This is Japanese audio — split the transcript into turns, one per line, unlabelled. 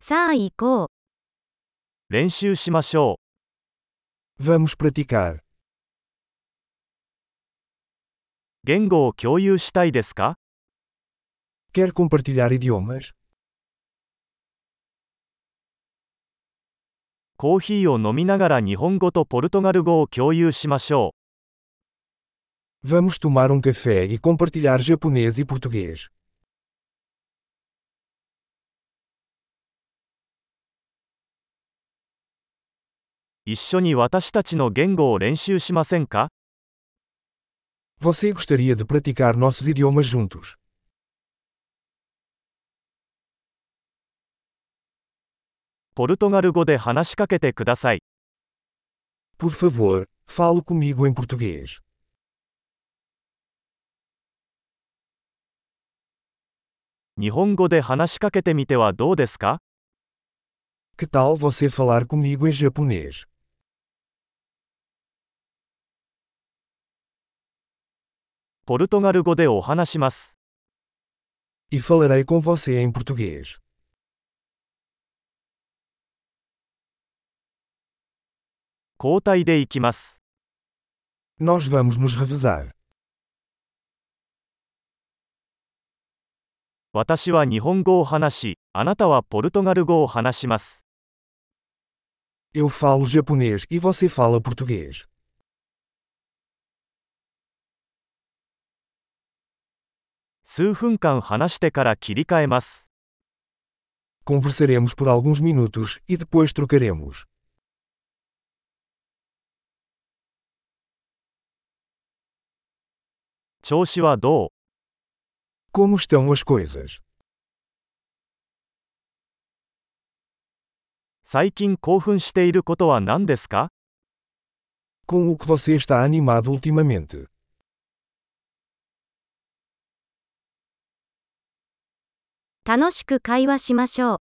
さあ行こう。
練習しましょ
Vamos praticar.
う。言語を共有したいですか
Quer compartilhar idiomas?
コーヒーを飲みながら日本語とポルトガル語を共有しましょ
Vamos tomar um café e compartilhar japonês e português.
う。一緒に私たちの言語を練習しませんか
Você gostaria de praticar nossos idiomas juntos?
ポルトガル語で話しかけてください。
Por favor, fale comigo em português.
日本語で話しかけてみてはどうですか
Que tal você falar comigo em japonês?
ポルトガル語でお話します。
E falarei com você em português.
交代で行きます。
Nós vamos nos revezar.
私は日本語を話し、あなたはポルトガル語を話します。
Eu falo japonês e você fala português.
数分間話してから切り替えます。
Conversaremos por alguns minutos e depois trocaremos.
調子はどう
Como estão as coisas?
最近興奮していることは何ですか
Com o que você está animado ultimamente?
楽しく会話しましょう。